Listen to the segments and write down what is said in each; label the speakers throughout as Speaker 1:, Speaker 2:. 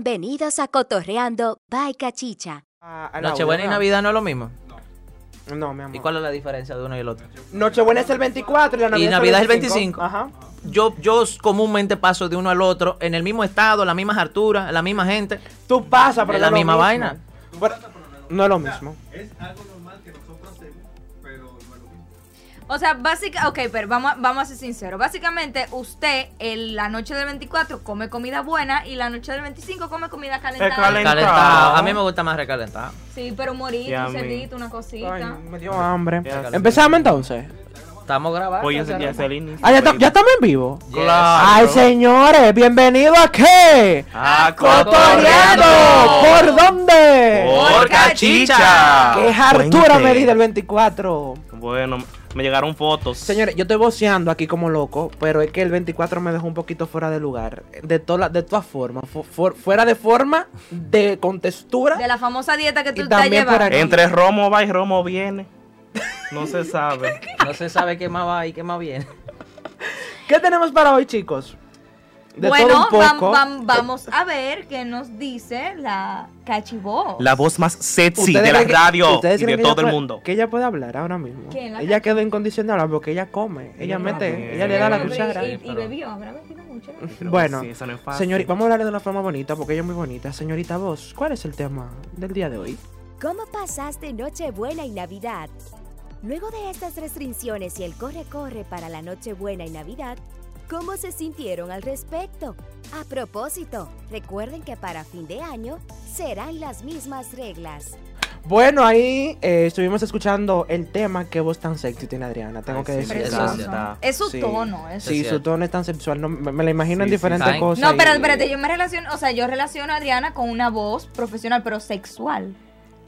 Speaker 1: Bienvenidos a Cotorreando by Cachicha.
Speaker 2: Ah, a la
Speaker 3: Nochebuena y
Speaker 2: una.
Speaker 3: Navidad no es lo mismo.
Speaker 2: No, mi amor.
Speaker 3: ¿Y cuál es la diferencia de uno y el otro?
Speaker 2: Nochebuena es el 24 y la Navidad,
Speaker 3: Navidad es el 25.
Speaker 2: Ajá.
Speaker 3: Yo, yo comúnmente paso de uno al otro en el mismo estado, las mismas alturas, la misma gente.
Speaker 2: Tú pasas, pero
Speaker 3: Es
Speaker 2: no
Speaker 3: la
Speaker 2: es lo
Speaker 3: misma
Speaker 2: mismo.
Speaker 3: vaina.
Speaker 2: Pero- no es lo mismo.
Speaker 4: Es algo normal que nosotros hacemos, pero no es lo mismo.
Speaker 5: O sea, básicamente, ok, pero vamos, a- vamos a ser sinceros. Básicamente, usted el- la noche del 24 come comida buena y la noche del 25 come comida calentada.
Speaker 2: Recalentado.
Speaker 3: Calentado. A mí me gusta más recalentado.
Speaker 5: Sí, pero un
Speaker 6: Y
Speaker 5: morito,
Speaker 6: a
Speaker 5: un
Speaker 6: mí.
Speaker 5: cerdito, una cosita.
Speaker 2: Ay, me dio hambre.
Speaker 6: Ya.
Speaker 2: Empezamos entonces.
Speaker 3: Estamos grabando.
Speaker 2: Pues
Speaker 3: ya
Speaker 6: Oye, ya
Speaker 3: grabamos.
Speaker 6: es el inicio.
Speaker 2: Ah, ya, está- ya estamos en vivo.
Speaker 3: Yes.
Speaker 2: Ay, señores, bienvenido a qué?
Speaker 6: ¡A
Speaker 2: Cotoreando. ¿Por dónde?
Speaker 6: ¡Por cachicha!
Speaker 2: Que es Arturo Meri del 24.
Speaker 6: Bueno, me llegaron fotos.
Speaker 2: Señores, yo estoy voceando aquí como loco, pero es que el 24 me dejó un poquito fuera de lugar. De todas de todas formas. Fu- fu- fuera de forma, de contextura.
Speaker 5: De la famosa dieta que tú te
Speaker 2: también por
Speaker 5: llevas.
Speaker 2: aquí.
Speaker 6: Entre Romo va y Romo viene. No se sabe.
Speaker 3: No se sabe qué más va y qué más viene.
Speaker 2: ¿Qué tenemos para hoy, chicos? De todo
Speaker 5: Bueno,
Speaker 2: un
Speaker 5: vam-
Speaker 2: poco.
Speaker 5: vam- vamos a ver qué nos dice la cachibó.
Speaker 6: La voz más sexy
Speaker 2: ¿Ustedes
Speaker 6: de la
Speaker 2: creen que-
Speaker 6: radio
Speaker 2: ustedes
Speaker 6: y de
Speaker 2: creen que ella
Speaker 6: todo el
Speaker 2: puede-
Speaker 6: mundo.
Speaker 2: Que ella puede hablar ahora mismo.
Speaker 5: ¿Quién? ¿La
Speaker 2: Ella quedó incondicional porque ella come, ella mete,
Speaker 6: come.
Speaker 2: ella le da la
Speaker 6: Ella
Speaker 2: cuchara.
Speaker 5: Y, y
Speaker 6: pero-
Speaker 5: bebió, habrá bebido mucho.
Speaker 2: Bueno,
Speaker 6: Sí, eso no es fácil.
Speaker 2: Señorita, vamos a hablar de una forma bonita porque ella es muy bonita. Señorita Vos, ¿cuál es el tema del día de hoy?
Speaker 1: ¿Cómo pasaste Nochebuena y Navidad? Luego de estas restricciones y el corre-corre para la Nochebuena y Navidad, ¿cómo se sintieron al respecto? A propósito, recuerden que para fin de año serán las mismas reglas.
Speaker 2: Bueno, ahí eh, estuvimos escuchando el tema que voz tan sexy tiene Adriana, tengo
Speaker 6: Ay,
Speaker 2: que
Speaker 6: sí,
Speaker 2: decir.
Speaker 3: eso
Speaker 5: Precioso.
Speaker 3: sí está.
Speaker 5: Es su
Speaker 2: Sí.
Speaker 5: tono. es su-
Speaker 2: Sí,
Speaker 3: es
Speaker 2: su
Speaker 3: cierto.
Speaker 2: tono es tan sexual, no, me, me la imagino en
Speaker 6: Sí, sí,
Speaker 2: diferentes
Speaker 3: sí.
Speaker 2: cosas.
Speaker 5: No,
Speaker 2: y-
Speaker 5: pero espérate, yo me relaciono, o sea, yo relaciono a Adriana con una voz profesional, pero sexual.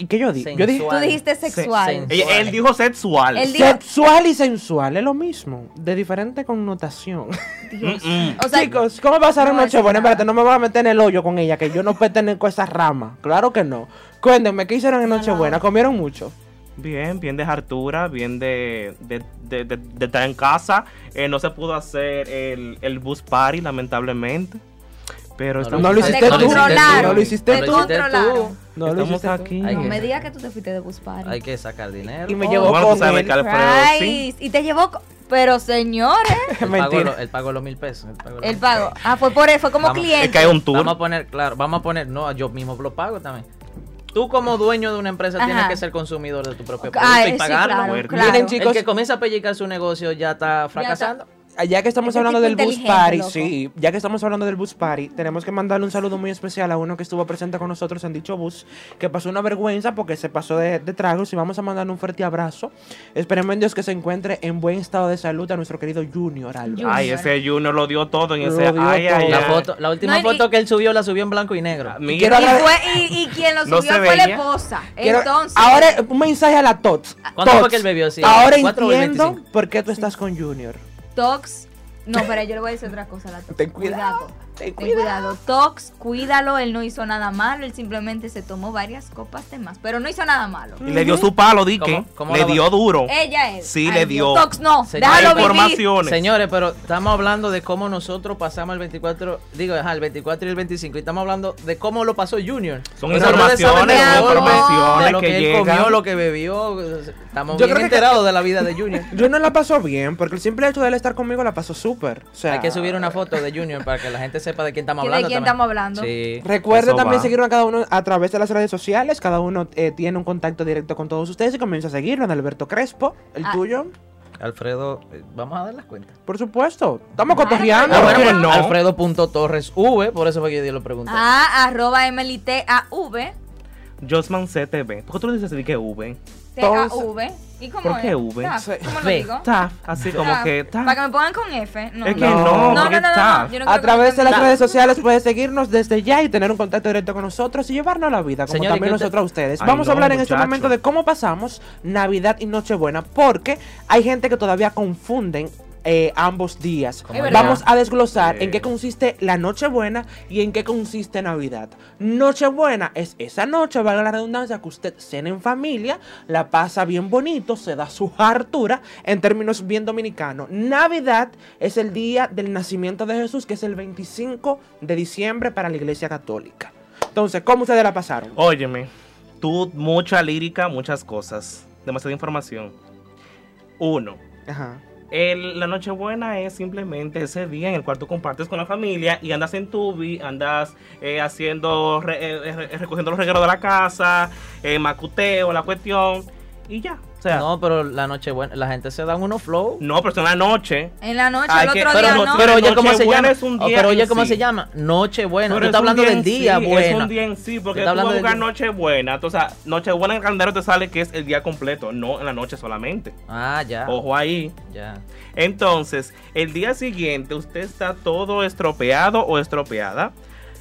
Speaker 2: ¿Y qué yo dije? Yo dije
Speaker 3: Sensual.
Speaker 5: Tú dijiste sexual.
Speaker 3: sen-
Speaker 6: Ella- él dijo sexual.
Speaker 5: Él dijo-
Speaker 2: sexual y sensual, es lo mismo, de diferente connotación.
Speaker 6: Mm,
Speaker 5: Dios.
Speaker 6: Mm-mm.
Speaker 5: O sea,
Speaker 2: Chicos, ¿cómo pasaron
Speaker 5: no,
Speaker 2: noche? Bueno,
Speaker 5: eso nada.
Speaker 2: espérate, no me voy a meter en el hoyo con ella, que yo no pertenezco a esa rama. Claro que no. Cuéntenme, ¿qué hicieron en
Speaker 5: No,
Speaker 2: Nochebuena?
Speaker 5: no.
Speaker 2: ¿Comieron mucho?
Speaker 6: Bien, bien de hartura, bien de, de, de- de- de estar en casa. Eh, no se pudo hacer el, el bus party, lamentablemente. Pero estamos,
Speaker 2: No lo
Speaker 5: te
Speaker 2: hiciste tú.
Speaker 5: controlaron.
Speaker 2: No lo hiciste
Speaker 5: te
Speaker 2: tú.
Speaker 5: controlaron.
Speaker 2: No lo
Speaker 6: estamos
Speaker 2: hiciste tú.
Speaker 6: aquí.
Speaker 3: Ay,
Speaker 5: No
Speaker 3: que-
Speaker 5: me digas que tú te fuiste de bus party.
Speaker 3: Hay que sacar dinero.
Speaker 2: Y me
Speaker 3: Oh,
Speaker 2: llevó
Speaker 6: Bueno, tú
Speaker 2: con
Speaker 6: sabes
Speaker 2: él.
Speaker 6: que Alfredo, sí.
Speaker 5: Christ, Y te llevó. co- Pero señores,
Speaker 3: El pago,
Speaker 2: Mentira.
Speaker 3: lo- el pago los mil pesos. El pago, los
Speaker 5: el
Speaker 3: mil
Speaker 5: pago.
Speaker 3: pesos.
Speaker 5: Ah, fue por él, fue como
Speaker 3: Vamos,
Speaker 6: Es
Speaker 5: cliente.
Speaker 6: que hay un tour.
Speaker 3: Vamos a poner, claro, vamos a poner, no, yo mismo lo pago también. Tú como dueño de una empresa
Speaker 5: Ajá.
Speaker 3: tienes que ser consumidor de tu propio producto
Speaker 5: Ah, eh,
Speaker 3: y
Speaker 5: sí,
Speaker 3: pagarlo.
Speaker 5: claro,
Speaker 6: Fuerte.
Speaker 5: claro.
Speaker 2: Miren,
Speaker 3: El
Speaker 2: chicos,
Speaker 3: que comienza a pellicar su negocio ya está fracasando.
Speaker 2: ya que estamos
Speaker 5: Ese
Speaker 2: hablando
Speaker 5: tipo
Speaker 2: del bus
Speaker 5: inteligente,
Speaker 2: party,
Speaker 5: loco.
Speaker 2: sí, ya que estamos hablando del bus party, tenemos que mandarle un saludo muy especial a uno que estuvo presente con nosotros en dicho bus, que pasó una vergüenza porque se pasó de, de tragos y vamos a mandarle un fuerte abrazo. Esperemos en Dios que se encuentre en buen estado de salud a nuestro querido Junior Alba. Ah,
Speaker 5: Junior.
Speaker 6: Ay, ese Junior lo dio todo en
Speaker 2: Lo
Speaker 6: ese.
Speaker 2: dio
Speaker 6: ay, ay,
Speaker 2: todo.
Speaker 3: La
Speaker 6: ay.
Speaker 3: foto, la última
Speaker 5: No, y-
Speaker 3: foto que él subió la subió en blanco y negro.
Speaker 6: Mira,
Speaker 2: Quiero
Speaker 5: Y,
Speaker 2: agra-
Speaker 5: fue, y, y quien lo
Speaker 6: No
Speaker 5: subió
Speaker 6: se
Speaker 5: fue la
Speaker 6: veía.
Speaker 5: esposa.
Speaker 2: Quiero-
Speaker 5: Entonces.
Speaker 2: ahora un mensaje a la TOTS.
Speaker 3: ¿Cuánto fue
Speaker 2: Tots.
Speaker 3: que él bebió? Sí,
Speaker 2: ahora
Speaker 3: cuatro o
Speaker 2: entiendo
Speaker 3: 25.
Speaker 2: por qué tú estás con Junior.
Speaker 5: Tox. No, pero yo le voy a decir otra cosa a la Tox.
Speaker 2: Ten cuidado, ten
Speaker 5: cuidado. Tox, cuídalo. Él no hizo nada malo. Él simplemente se tomó varias copas de más. Pero no hizo nada malo.
Speaker 6: Y le dio su palo, di que.
Speaker 3: ¿Cómo? ¿Cómo
Speaker 6: Le
Speaker 3: la-
Speaker 6: dio duro.
Speaker 2: Eh,
Speaker 5: Ella es.
Speaker 6: Sí,
Speaker 5: Ay,
Speaker 6: le
Speaker 5: Dios.
Speaker 6: dio.
Speaker 5: Tox, no.
Speaker 3: Señora,
Speaker 6: Hay
Speaker 5: déjalo vivir.
Speaker 6: informaciones.
Speaker 3: Señores, pero estamos hablando de cómo nosotros pasamos el 24, digo, ajá, el 24 y el 25, y estamos hablando de cómo lo pasó Junior.
Speaker 6: Son
Speaker 3: O sea, ustedes
Speaker 6: informaciones,
Speaker 3: saben de
Speaker 6: son
Speaker 3: todo,
Speaker 6: informaciones
Speaker 3: de lo que,
Speaker 6: que
Speaker 3: él comió,
Speaker 6: llegan.
Speaker 3: lo que bebió, estamos
Speaker 2: Yo creo
Speaker 3: bien
Speaker 2: que-
Speaker 3: enterados de la vida de Junior.
Speaker 2: Junior la pasó bien, porque el simple hecho de él estar conmigo la pasó súper. O sea,
Speaker 3: Hay que subir una foto de Junior para que la gente sepa de quién estamos
Speaker 5: ¿De
Speaker 3: hablando.
Speaker 5: quién
Speaker 3: también.
Speaker 5: estamos hablando?
Speaker 3: Sí.
Speaker 2: Recuerden
Speaker 6: Eso
Speaker 2: también
Speaker 6: va.
Speaker 2: seguirnos a cada uno a través de las redes sociales. Cada uno eh, tiene un contacto directo con todos ustedes y comienza a seguirlo. En Alberto Crespo, el
Speaker 5: Ah.
Speaker 2: tuyo,
Speaker 3: Alfredo, eh, vamos a dar las cuentas.
Speaker 2: por supuesto. Estamos
Speaker 5: Claro,
Speaker 2: cotorreando.
Speaker 6: Ah, bueno, pues no.
Speaker 3: Alfredo.torres V, por eso fue que yo lo pregunté.
Speaker 5: Ah, arroba MLTAV.
Speaker 6: Josman CTV. ¿Por qué tú le dices así que V?
Speaker 5: TAV. ¿Y cómo
Speaker 6: ¿Por qué
Speaker 5: es?
Speaker 6: V?
Speaker 5: Taf, ¿Cómo lo
Speaker 3: Ve.
Speaker 5: digo?
Speaker 6: Taf, así como
Speaker 5: Taf.
Speaker 6: que
Speaker 5: Para que
Speaker 6: taf.
Speaker 5: me pongan con F. No,
Speaker 6: Es que
Speaker 5: no,
Speaker 2: No.
Speaker 6: no,
Speaker 5: no, no,
Speaker 6: porque
Speaker 5: no, no,
Speaker 6: taf.
Speaker 5: yo no
Speaker 2: A
Speaker 5: quiero
Speaker 2: través
Speaker 5: que
Speaker 2: de
Speaker 5: me
Speaker 2: las
Speaker 5: pongan-
Speaker 2: redes sociales puedes seguirnos desde ya y tener un contacto directo con nosotros y llevarnos la vida, como
Speaker 3: Señores,
Speaker 2: también
Speaker 3: que usted-
Speaker 2: nosotros a ustedes.
Speaker 6: Ay,
Speaker 2: Vamos a
Speaker 6: no,
Speaker 2: hablar en este
Speaker 6: muchacho.
Speaker 2: momento de cómo pasamos Navidad y Nochebuena, porque hay gente que todavía confunden eh, ambos días.
Speaker 5: Es verdad.
Speaker 2: Vamos a desglosar en qué
Speaker 6: Eh.
Speaker 2: consiste la Nochebuena y en qué consiste Navidad. Nochebuena es esa noche, valga la redundancia, que usted cena en familia, la pasa bien bonito, se da su hartura en términos bien dominicanos. Navidad es el día del nacimiento de Jesús, que es el 25 de diciembre para la Iglesia Católica. Entonces, ¿cómo ustedes la pasaron?
Speaker 6: Óyeme, tú mucha lírica, muchas cosas, demasiada información. Uno,
Speaker 2: Ajá.
Speaker 6: el- la Nochebuena es simplemente ese día en el cual tú compartes con la familia y andas en tubi, andas eh, haciendo, re- eh, re- recogiendo los regalos de la casa, eh, macuteo, la cuestión y ya. O sea, no,
Speaker 3: No, pero la noche buena, la gente se da unos flow.
Speaker 6: pero es una noche.
Speaker 5: En la noche,
Speaker 6: Ay,
Speaker 5: el
Speaker 6: que-
Speaker 5: otro
Speaker 3: Pero,
Speaker 5: día,
Speaker 6: no-
Speaker 5: ¿no?
Speaker 3: pero oye, ¿cómo se
Speaker 6: Nochebuena
Speaker 3: llama?
Speaker 6: es un
Speaker 3: Oh,
Speaker 6: día
Speaker 3: pero
Speaker 6: en
Speaker 3: oye, ¿cómo
Speaker 6: sí.
Speaker 3: se llama? Noche buena.
Speaker 6: Pero
Speaker 3: Tú
Speaker 6: es
Speaker 3: estás
Speaker 6: un
Speaker 3: hablando del
Speaker 6: en
Speaker 3: día
Speaker 6: sí, Es
Speaker 3: bueno.
Speaker 6: un día en sí, porque
Speaker 3: Tú estás
Speaker 6: tú vas a
Speaker 3: hablando
Speaker 6: buscar
Speaker 3: del-
Speaker 6: Nochebuena. Entonces, o sea, Nochebuena en el calendario te sale que es el día completo, no en la noche solamente.
Speaker 3: Ah, ya.
Speaker 6: Ojo ahí.
Speaker 3: Ya.
Speaker 6: Entonces, el día siguiente usted está todo estropeado o estropeada.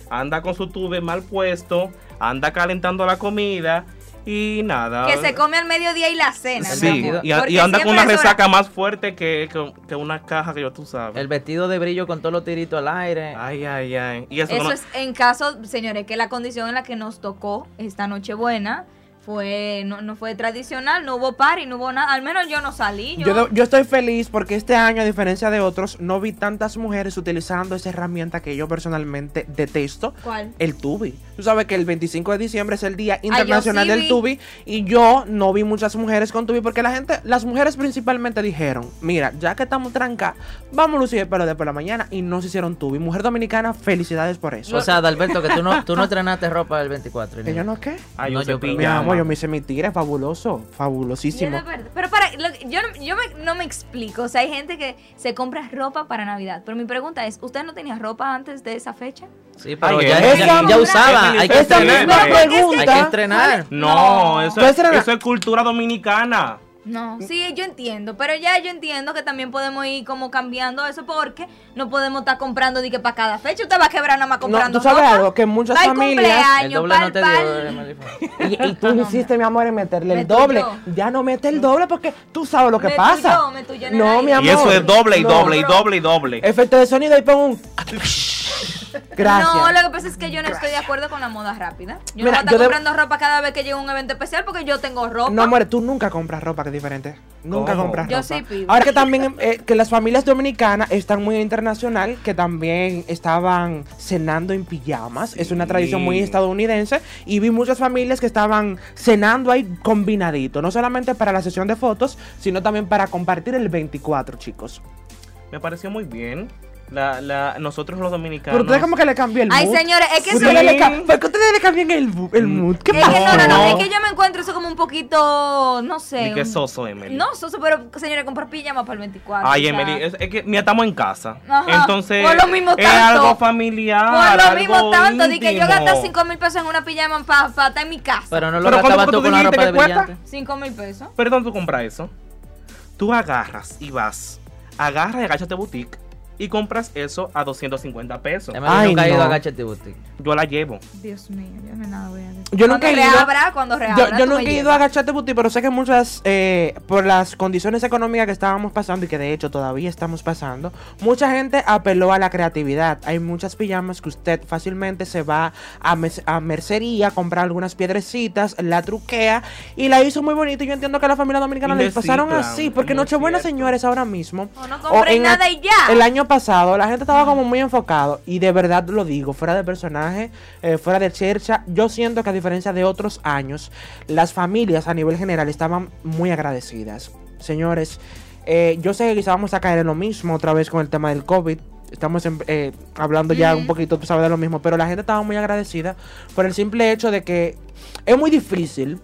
Speaker 6: Anda con su tube mal puesto, anda calentando la comida y nada.
Speaker 5: Que se come al mediodía y la cena.
Speaker 3: al
Speaker 6: Sí,
Speaker 5: mi amor.
Speaker 6: y, a- y
Speaker 5: Porque
Speaker 6: anda con una
Speaker 5: siempre es hora-
Speaker 6: resaca más fuerte que, que- que una caja que yo tú sabes.
Speaker 3: El vestido de brillo con todos los tiritos al aire.
Speaker 6: Ay, ay, ay. Y eso,
Speaker 5: Eso
Speaker 6: no-
Speaker 5: es en caso, señores, que la condición en la que nos tocó esta Nochebuena fue no, no fue tradicional, no hubo party, no hubo nada. Al menos yo no salí. Yo,
Speaker 2: Yo, de- yo estoy feliz porque este año, a diferencia de otros, no vi tantas mujeres utilizando esa herramienta que yo personalmente detesto.
Speaker 5: ¿Cuál?
Speaker 2: El tubi. Tú sabes que el 25 de diciembre es el Día
Speaker 5: yo
Speaker 2: Internacional
Speaker 5: sí
Speaker 2: del
Speaker 5: vi.
Speaker 2: Tubi y yo no vi muchas mujeres con tubi porque la gente, las mujeres principalmente dijeron, mira, ya que estamos tranca, vamos a lucir el pelo después de la mañana y no se hicieron tubi. Mujer dominicana, felicidades por eso.
Speaker 3: O sea, Dalberto, que tú no, tú no estrenaste ropa el 24.
Speaker 2: ¿Que yo no qué?
Speaker 6: Ay,
Speaker 3: No,
Speaker 6: yo sé,
Speaker 3: yo
Speaker 6: pero-
Speaker 3: vi-
Speaker 2: Mi amor, yo me hice mi tigre, fabuloso, fabulosísimo.
Speaker 5: Yo de verdad- Pero para, lo que- yo, no- yo me- no me explico. O sea, hay gente que se compra ropa para Navidad. Pero mi pregunta es, ¿usted no tenía ropa antes de esa fecha?
Speaker 3: Sí, pero
Speaker 6: Ay,
Speaker 3: ya,
Speaker 2: esa
Speaker 3: ya- ya
Speaker 2: misma-
Speaker 3: usaba. Hay que
Speaker 6: esa
Speaker 2: Esa
Speaker 3: estrenar.
Speaker 6: misma
Speaker 2: misma
Speaker 6: Pero porque es
Speaker 5: que-
Speaker 2: pregunta.
Speaker 3: Hay que estrenar.
Speaker 6: No,
Speaker 5: No.
Speaker 6: eso,
Speaker 2: Pues era la-
Speaker 6: eso es cultura dominicana.
Speaker 5: No, sí, yo entiendo, pero ya yo entiendo que también podemos ir como cambiando eso porque no podemos estar comprando de que para cada fecha usted va a quebrar nada más
Speaker 2: No,
Speaker 5: comprando.
Speaker 2: tú sabes
Speaker 5: ropa.
Speaker 2: algo, que muchas
Speaker 5: Pa'l
Speaker 2: familias...
Speaker 3: El
Speaker 5: cumpleaños,
Speaker 3: doble no
Speaker 5: pa'l-
Speaker 3: te
Speaker 5: pa'l-
Speaker 3: dio, eh, Emily.
Speaker 2: Y, y tú
Speaker 5: No,
Speaker 2: lo hiciste, mi amor, en meterle
Speaker 5: Me
Speaker 2: el doble.
Speaker 5: tuyó.
Speaker 2: Ya no mete el doble porque tú sabes lo que
Speaker 5: Me
Speaker 2: pasa.
Speaker 5: tuyó, me tuyó en el
Speaker 2: no,
Speaker 5: aire.
Speaker 2: mi amor.
Speaker 6: Y eso es doble y
Speaker 2: no.
Speaker 6: doble y doble y doble.
Speaker 2: Efecto de sonido y pon un. Gracias.
Speaker 5: No, lo que pasa es que yo no estoy de acuerdo con la moda rápida.
Speaker 2: Mira,
Speaker 5: Yo no voy a estar
Speaker 2: yo de-
Speaker 5: comprando ropa cada vez que llega un evento especial porque yo tengo ropa.
Speaker 2: No, amor, tú nunca compras ropa que es diferente. Nunca
Speaker 6: ¿Cómo?
Speaker 2: compras
Speaker 5: Yo
Speaker 2: ropa.
Speaker 5: sí pido.
Speaker 2: Ahora que también eh, que las familias dominicanas están muy internacional, que también estaban cenando en pijamas. Es una tradición muy
Speaker 6: Sí.
Speaker 2: estadounidense. Y vi muchas familias que estaban cenando ahí combinadito. No solamente para la sesión de fotos, sino también para compartir el 24, chicos.
Speaker 6: Me pareció muy bien. La, la, nosotros los dominicanos.
Speaker 2: Pero ustedes como que le cambió el mood.
Speaker 5: Ay, señores, es que eso-
Speaker 2: Ustedes
Speaker 6: Sí.
Speaker 2: le ca- ¿Por qué ustedes le cambian el, bu- el
Speaker 6: Mm.
Speaker 2: mood? ¿Qué
Speaker 5: Es que no, no, no,
Speaker 6: No.
Speaker 5: es que yo me encuentro eso como un poquito, no sé.
Speaker 6: Di que
Speaker 5: un-
Speaker 6: soso, Emily.
Speaker 5: No, soso, pero señores, comprar pijama para el 24.
Speaker 6: Ay,
Speaker 5: o sea.
Speaker 6: Emily, es, es que mira, estamos en casa.
Speaker 5: Ajá,
Speaker 6: Entonces,
Speaker 5: por lo mismo
Speaker 6: es
Speaker 5: tanto.
Speaker 6: algo familiar.
Speaker 5: Por lo
Speaker 6: algo
Speaker 5: mismo tanto, de que yo
Speaker 6: íntimo.
Speaker 5: gasto 5 mil pesos en una pijama para estar en mi casa.
Speaker 3: Pero no lo
Speaker 2: Pero ¿cuánto
Speaker 3: gastabas
Speaker 2: fue que
Speaker 3: tú
Speaker 2: tú
Speaker 3: con la
Speaker 2: dijiste
Speaker 3: ropa de
Speaker 2: que cuesta?
Speaker 3: brillante.
Speaker 5: 5 mil pesos.
Speaker 6: Pero ¿dónde tú compras eso? Tú agarras y vas. Agarras y agachate boutique. Y compras eso a 250 pesos.
Speaker 3: Emily
Speaker 2: Ay,
Speaker 3: nunca ha ido
Speaker 2: no.
Speaker 3: a Gachete Boutique.
Speaker 6: Yo la llevo.
Speaker 5: Dios mío, yo no nada voy a decir.
Speaker 2: Yo nunca he
Speaker 5: cuando
Speaker 2: ido-
Speaker 5: Reabra, cuando reabra,
Speaker 2: Yo, yo
Speaker 5: tú me
Speaker 2: nunca he ido
Speaker 5: llevas.
Speaker 2: a agachate Buti, pero sé que muchas, eh, por las condiciones económicas que estábamos pasando y que de hecho todavía estamos pasando, mucha gente apeló a la creatividad. Hay muchas pijamas que usted fácilmente se va a, mes- a mercería, comprar algunas piedrecitas, la truquea y la hizo muy bonita. Y Yo entiendo que a la familia dominicana
Speaker 6: Y
Speaker 2: les pasaron
Speaker 6: reciclan,
Speaker 2: así, porque
Speaker 6: muy
Speaker 2: Nochebuena,
Speaker 6: cierto.
Speaker 2: señores, ahora mismo.
Speaker 5: O no compren
Speaker 2: en a-
Speaker 5: nada y ya.
Speaker 2: El año pasado la gente estaba como muy enfocado y de verdad lo digo, fuera de personaje, eh, fuera de chercha, yo siento que a diferencia de otros años, las familias a nivel general estaban muy agradecidas. Señores, eh, yo sé que quizá vamos a caer en lo mismo otra vez con el tema del COVID. Estamos en- eh, hablando ya un poquito, tú sabes, de lo mismo, pero la gente estaba muy agradecida por el simple hecho de que es muy difícil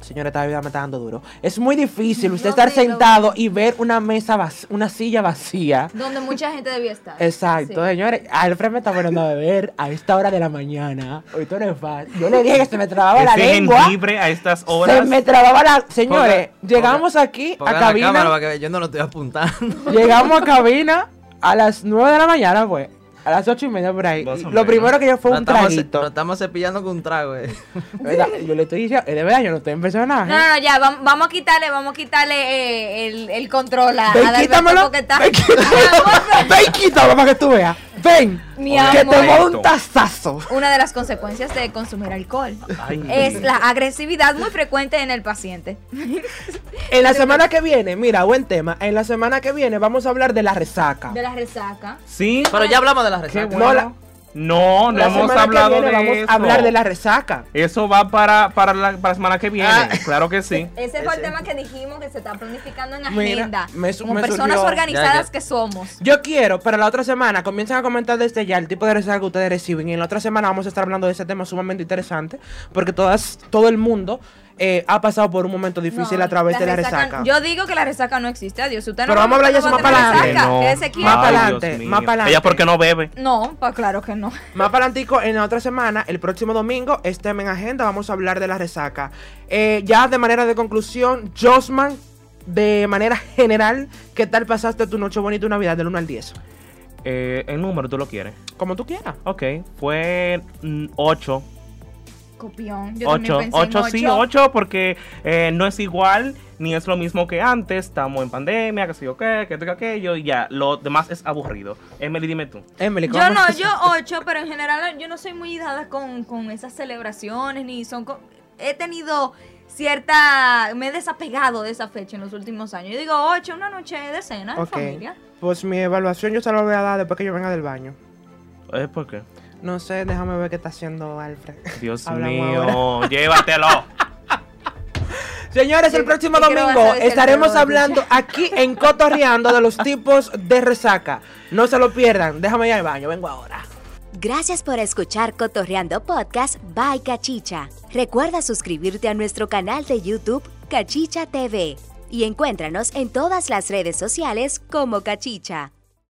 Speaker 2: Señora, esta vida me está dando duro. Es muy difícil usted
Speaker 5: Yo
Speaker 2: estar
Speaker 5: sí lo
Speaker 2: sentado y ver una mesa, vac- una silla vacía.
Speaker 5: Donde mucha gente debía estar.
Speaker 2: Exacto,
Speaker 5: Sí.
Speaker 2: señores. Alfred me está poniendo a beber a esta hora de la mañana. Hoy tú no es fácil. Yo le dije que se me trababa la
Speaker 6: Ese
Speaker 2: lengua.
Speaker 6: jengibre a estas
Speaker 2: Se
Speaker 6: horas.
Speaker 2: me trababa la... Señores, llegamos aquí
Speaker 3: Pongan
Speaker 2: a
Speaker 3: la cámara
Speaker 2: cabina.
Speaker 3: para que yo no lo estoy apuntando.
Speaker 2: Llegamos a cabina a las 9 de la mañana, pues. A las ocho y media por ahí.
Speaker 6: Más o
Speaker 2: Lo
Speaker 6: menos.
Speaker 2: primero que yo fue
Speaker 3: Nos
Speaker 2: un
Speaker 3: estamos-
Speaker 2: traguito.
Speaker 3: nos estamos cepillando con un trago, eh.
Speaker 2: ¿Verdad? Yo le estoy diciendo, eh, de verdad, yo no estoy en personaje.
Speaker 5: No, no, no, ya, vam- vamos a quitarle, vamos a quitarle eh, el, el control a, a
Speaker 2: Ven,
Speaker 5: Adalberto
Speaker 2: quítamelo.
Speaker 5: porque está.
Speaker 2: Ven,
Speaker 5: Mi amor,
Speaker 2: quítamelo. Ven, quítamelo para que tú veas. Ven.
Speaker 5: Mi
Speaker 2: Que te
Speaker 5: amor.
Speaker 2: voy un tazazo.
Speaker 5: Una de las consecuencias de consumir alcohol
Speaker 6: Ay.
Speaker 5: es la agresividad muy frecuente en el paciente.
Speaker 2: En la semana que viene, mira, buen tema. En la semana que viene vamos a hablar de la resaca.
Speaker 5: De la resaca.
Speaker 6: Sí,
Speaker 3: Pero ya hablamos de las recetas.
Speaker 2: No, la,
Speaker 6: no, no
Speaker 2: la
Speaker 6: hemos
Speaker 2: semana que
Speaker 6: hablado
Speaker 2: viene
Speaker 6: de
Speaker 2: vamos
Speaker 6: eso.
Speaker 2: a hablar de la resaca.
Speaker 6: Eso va para, para, la, para la semana que viene.
Speaker 3: Ah.
Speaker 6: Claro que sí.
Speaker 5: Ese fue el
Speaker 3: Ese.
Speaker 5: tema que dijimos que se está planificando en
Speaker 2: Mira,
Speaker 5: agenda.
Speaker 2: me su-
Speaker 5: como
Speaker 2: me
Speaker 5: personas
Speaker 2: surgió-
Speaker 5: organizadas
Speaker 3: Ya, ya.
Speaker 5: que somos.
Speaker 2: Yo quiero, pero la otra semana comiencen a comentar desde ya el tipo de resaca que ustedes reciben. Y en la otra semana vamos a estar hablando de ese tema sumamente interesante. Porque todas, todo el mundo eh, ha pasado por un momento difícil
Speaker 5: No,
Speaker 2: a través de la resaca.
Speaker 5: Yo digo que la resaca no existe, adiós. Usted no
Speaker 2: Pero vamos a hablar de eso más para
Speaker 5: adelante.
Speaker 2: adelante.
Speaker 6: No.
Speaker 5: Quédese quieto.
Speaker 2: Más para
Speaker 6: Ay,
Speaker 2: adelante,
Speaker 6: Dios mío.
Speaker 2: más para adelante.
Speaker 6: Ella porque no bebe.
Speaker 5: No, pues claro que no.
Speaker 2: Más para en la otra semana, el próximo domingo, este en agenda, vamos a hablar de la resaca. Eh, ya de manera de conclusión, Josman, de manera general, ¿qué tal pasaste tu noche bonita y Navidad del 1 al 10?
Speaker 6: Eh, el número tú lo quieres.
Speaker 2: Como tú quieras.
Speaker 6: Ok, fue mm, 8.
Speaker 5: Copión. Yo también
Speaker 6: 8,
Speaker 5: pensé en
Speaker 6: 8 sí,
Speaker 5: ocho.
Speaker 6: 8 porque eh, no es igual ni es lo mismo que antes. Estamos en pandemia, que sí o qué, que tengo aquello y ya. Lo demás es aburrido. Emily, dime tú.
Speaker 2: Emily, ¿cómo
Speaker 5: Yo no,
Speaker 2: pasaste?
Speaker 5: yo ah, ocho, pero en general yo no soy muy dada con, con esas celebraciones, ni son... co- he tenido cierta... Me he desapegado de esa fecha en los últimos años. Yo digo ocho, una noche de cena
Speaker 2: Ok.
Speaker 5: en familia.
Speaker 2: Pues mi evaluación yo se la voy a dar después que yo venga del baño.
Speaker 6: Eh, ¿Por qué?
Speaker 2: No sé, déjame ver qué está haciendo Alfred.
Speaker 6: Dios
Speaker 2: Hablamos
Speaker 6: mío, llévatelo.
Speaker 2: Señores, el
Speaker 5: Sí,
Speaker 2: próximo
Speaker 5: sí, creo que vas
Speaker 2: domingo
Speaker 5: a decir
Speaker 2: estaremos
Speaker 5: algo,
Speaker 2: hablando aquí en Cotorreando de los tipos de resaca. No se lo pierdan. Déjame ir al baño, vengo ahora.
Speaker 1: Gracias por escuchar Cotorreando Podcast by Cachicha. Recuerda suscribirte a nuestro canal de YouTube Cachicha TV y encuéntranos en todas las redes sociales como Cachicha.